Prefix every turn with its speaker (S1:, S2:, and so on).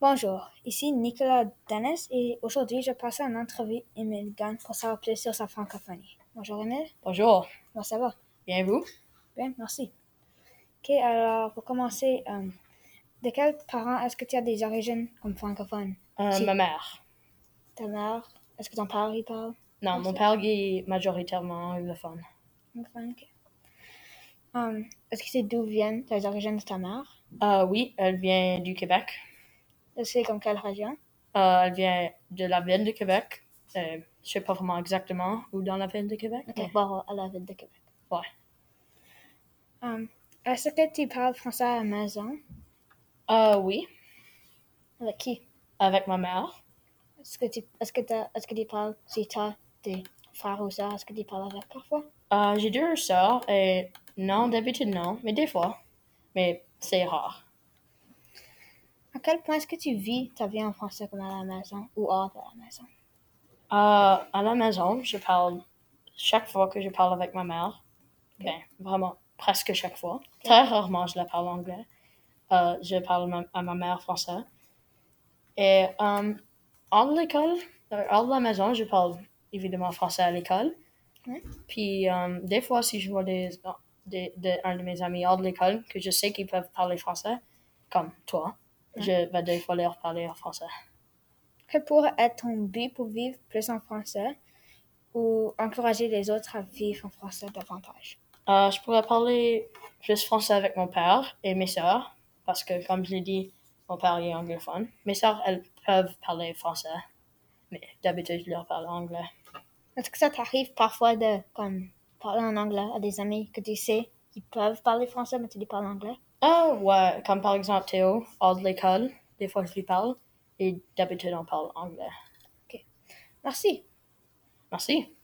S1: Bonjour, ici Nicolas Danès et aujourd'hui je passe en entrevue Emile Gann pour savoir plus sur sa francophonie. Bonjour Emile,
S2: Bonjour,
S1: comment ça va?
S2: bien vous?
S1: Bien, merci. Ok, alors pour commencer, euh, de quels parents est-ce que tu as des origines comme francophone?
S2: Euh,
S1: Si.
S2: Ma mère.
S1: Ta mère, est-ce que ton père y parle?
S2: Non, mon père il est majoritairement anglophone.
S1: francophone? Ok. Euh, est-ce que c'est d'où viennent les origines de ta mère?
S2: Euh, oui, elle vient du Québec.
S1: Je sais comme quelle région?
S2: Euh, elle vient de la ville de Québec. Euh, je sais pas vraiment exactement où dans la ville de Québec.
S1: Ok, voir à la ville de Québec.
S2: mais- ouais.
S1: Euh, est-ce que tu parles français à la maison?
S2: Euh, oui,
S1: Avec qui?
S2: avec ma mère.
S1: Est-ce que tu est-ce que t'as- est-ce que tu parles si t'as des frères ou sœurs, est-ce que tu parles avec parfois?
S2: Euh, J'ai deux sœurs et non, d'habitude non, mais des fois. Mais c'est rare.
S1: À quel point est-ce que tu vis ta vie en français comme à la maison ou hors de la maison?
S2: Euh, à la maison, je parle chaque fois que je parle avec ma mère. Ben, vraiment, presque chaque fois. Très rarement, je la parle anglais. Euh, je parle ma- à ma mère français. Et euh, hors de l'école, euh, hors de la maison, je parle évidemment français à l'école.
S1: Ouais.
S2: Puis, euh, des fois, si je vois des, des- des- un de mes amis hors de l'école, que je sais qu'ils peuvent parler français, comme toi, je vais des fois leur parler en français.
S1: Que pourrait être ton but pour vivre plus en français ou encourager les autres à vivre en français davantage?
S2: Euh, je pourrais parler plus français avec mon père et mes sœurs, parce que, comme je l'ai dit, mon père est anglophone. Mes sœurs, elles peuvent parler français, mais d'habitude, je leur parle anglais.
S1: Est-ce que ça t'arrive parfois de comme parler en anglais à des amis que tu sais qui peuvent parler français mais tu les parles anglais?
S2: Ah, ouais, comme par exemple Théo, hors de l'école, des fois je lui parle, et d'habitude, on parle anglais.
S1: Merci.
S2: Merci.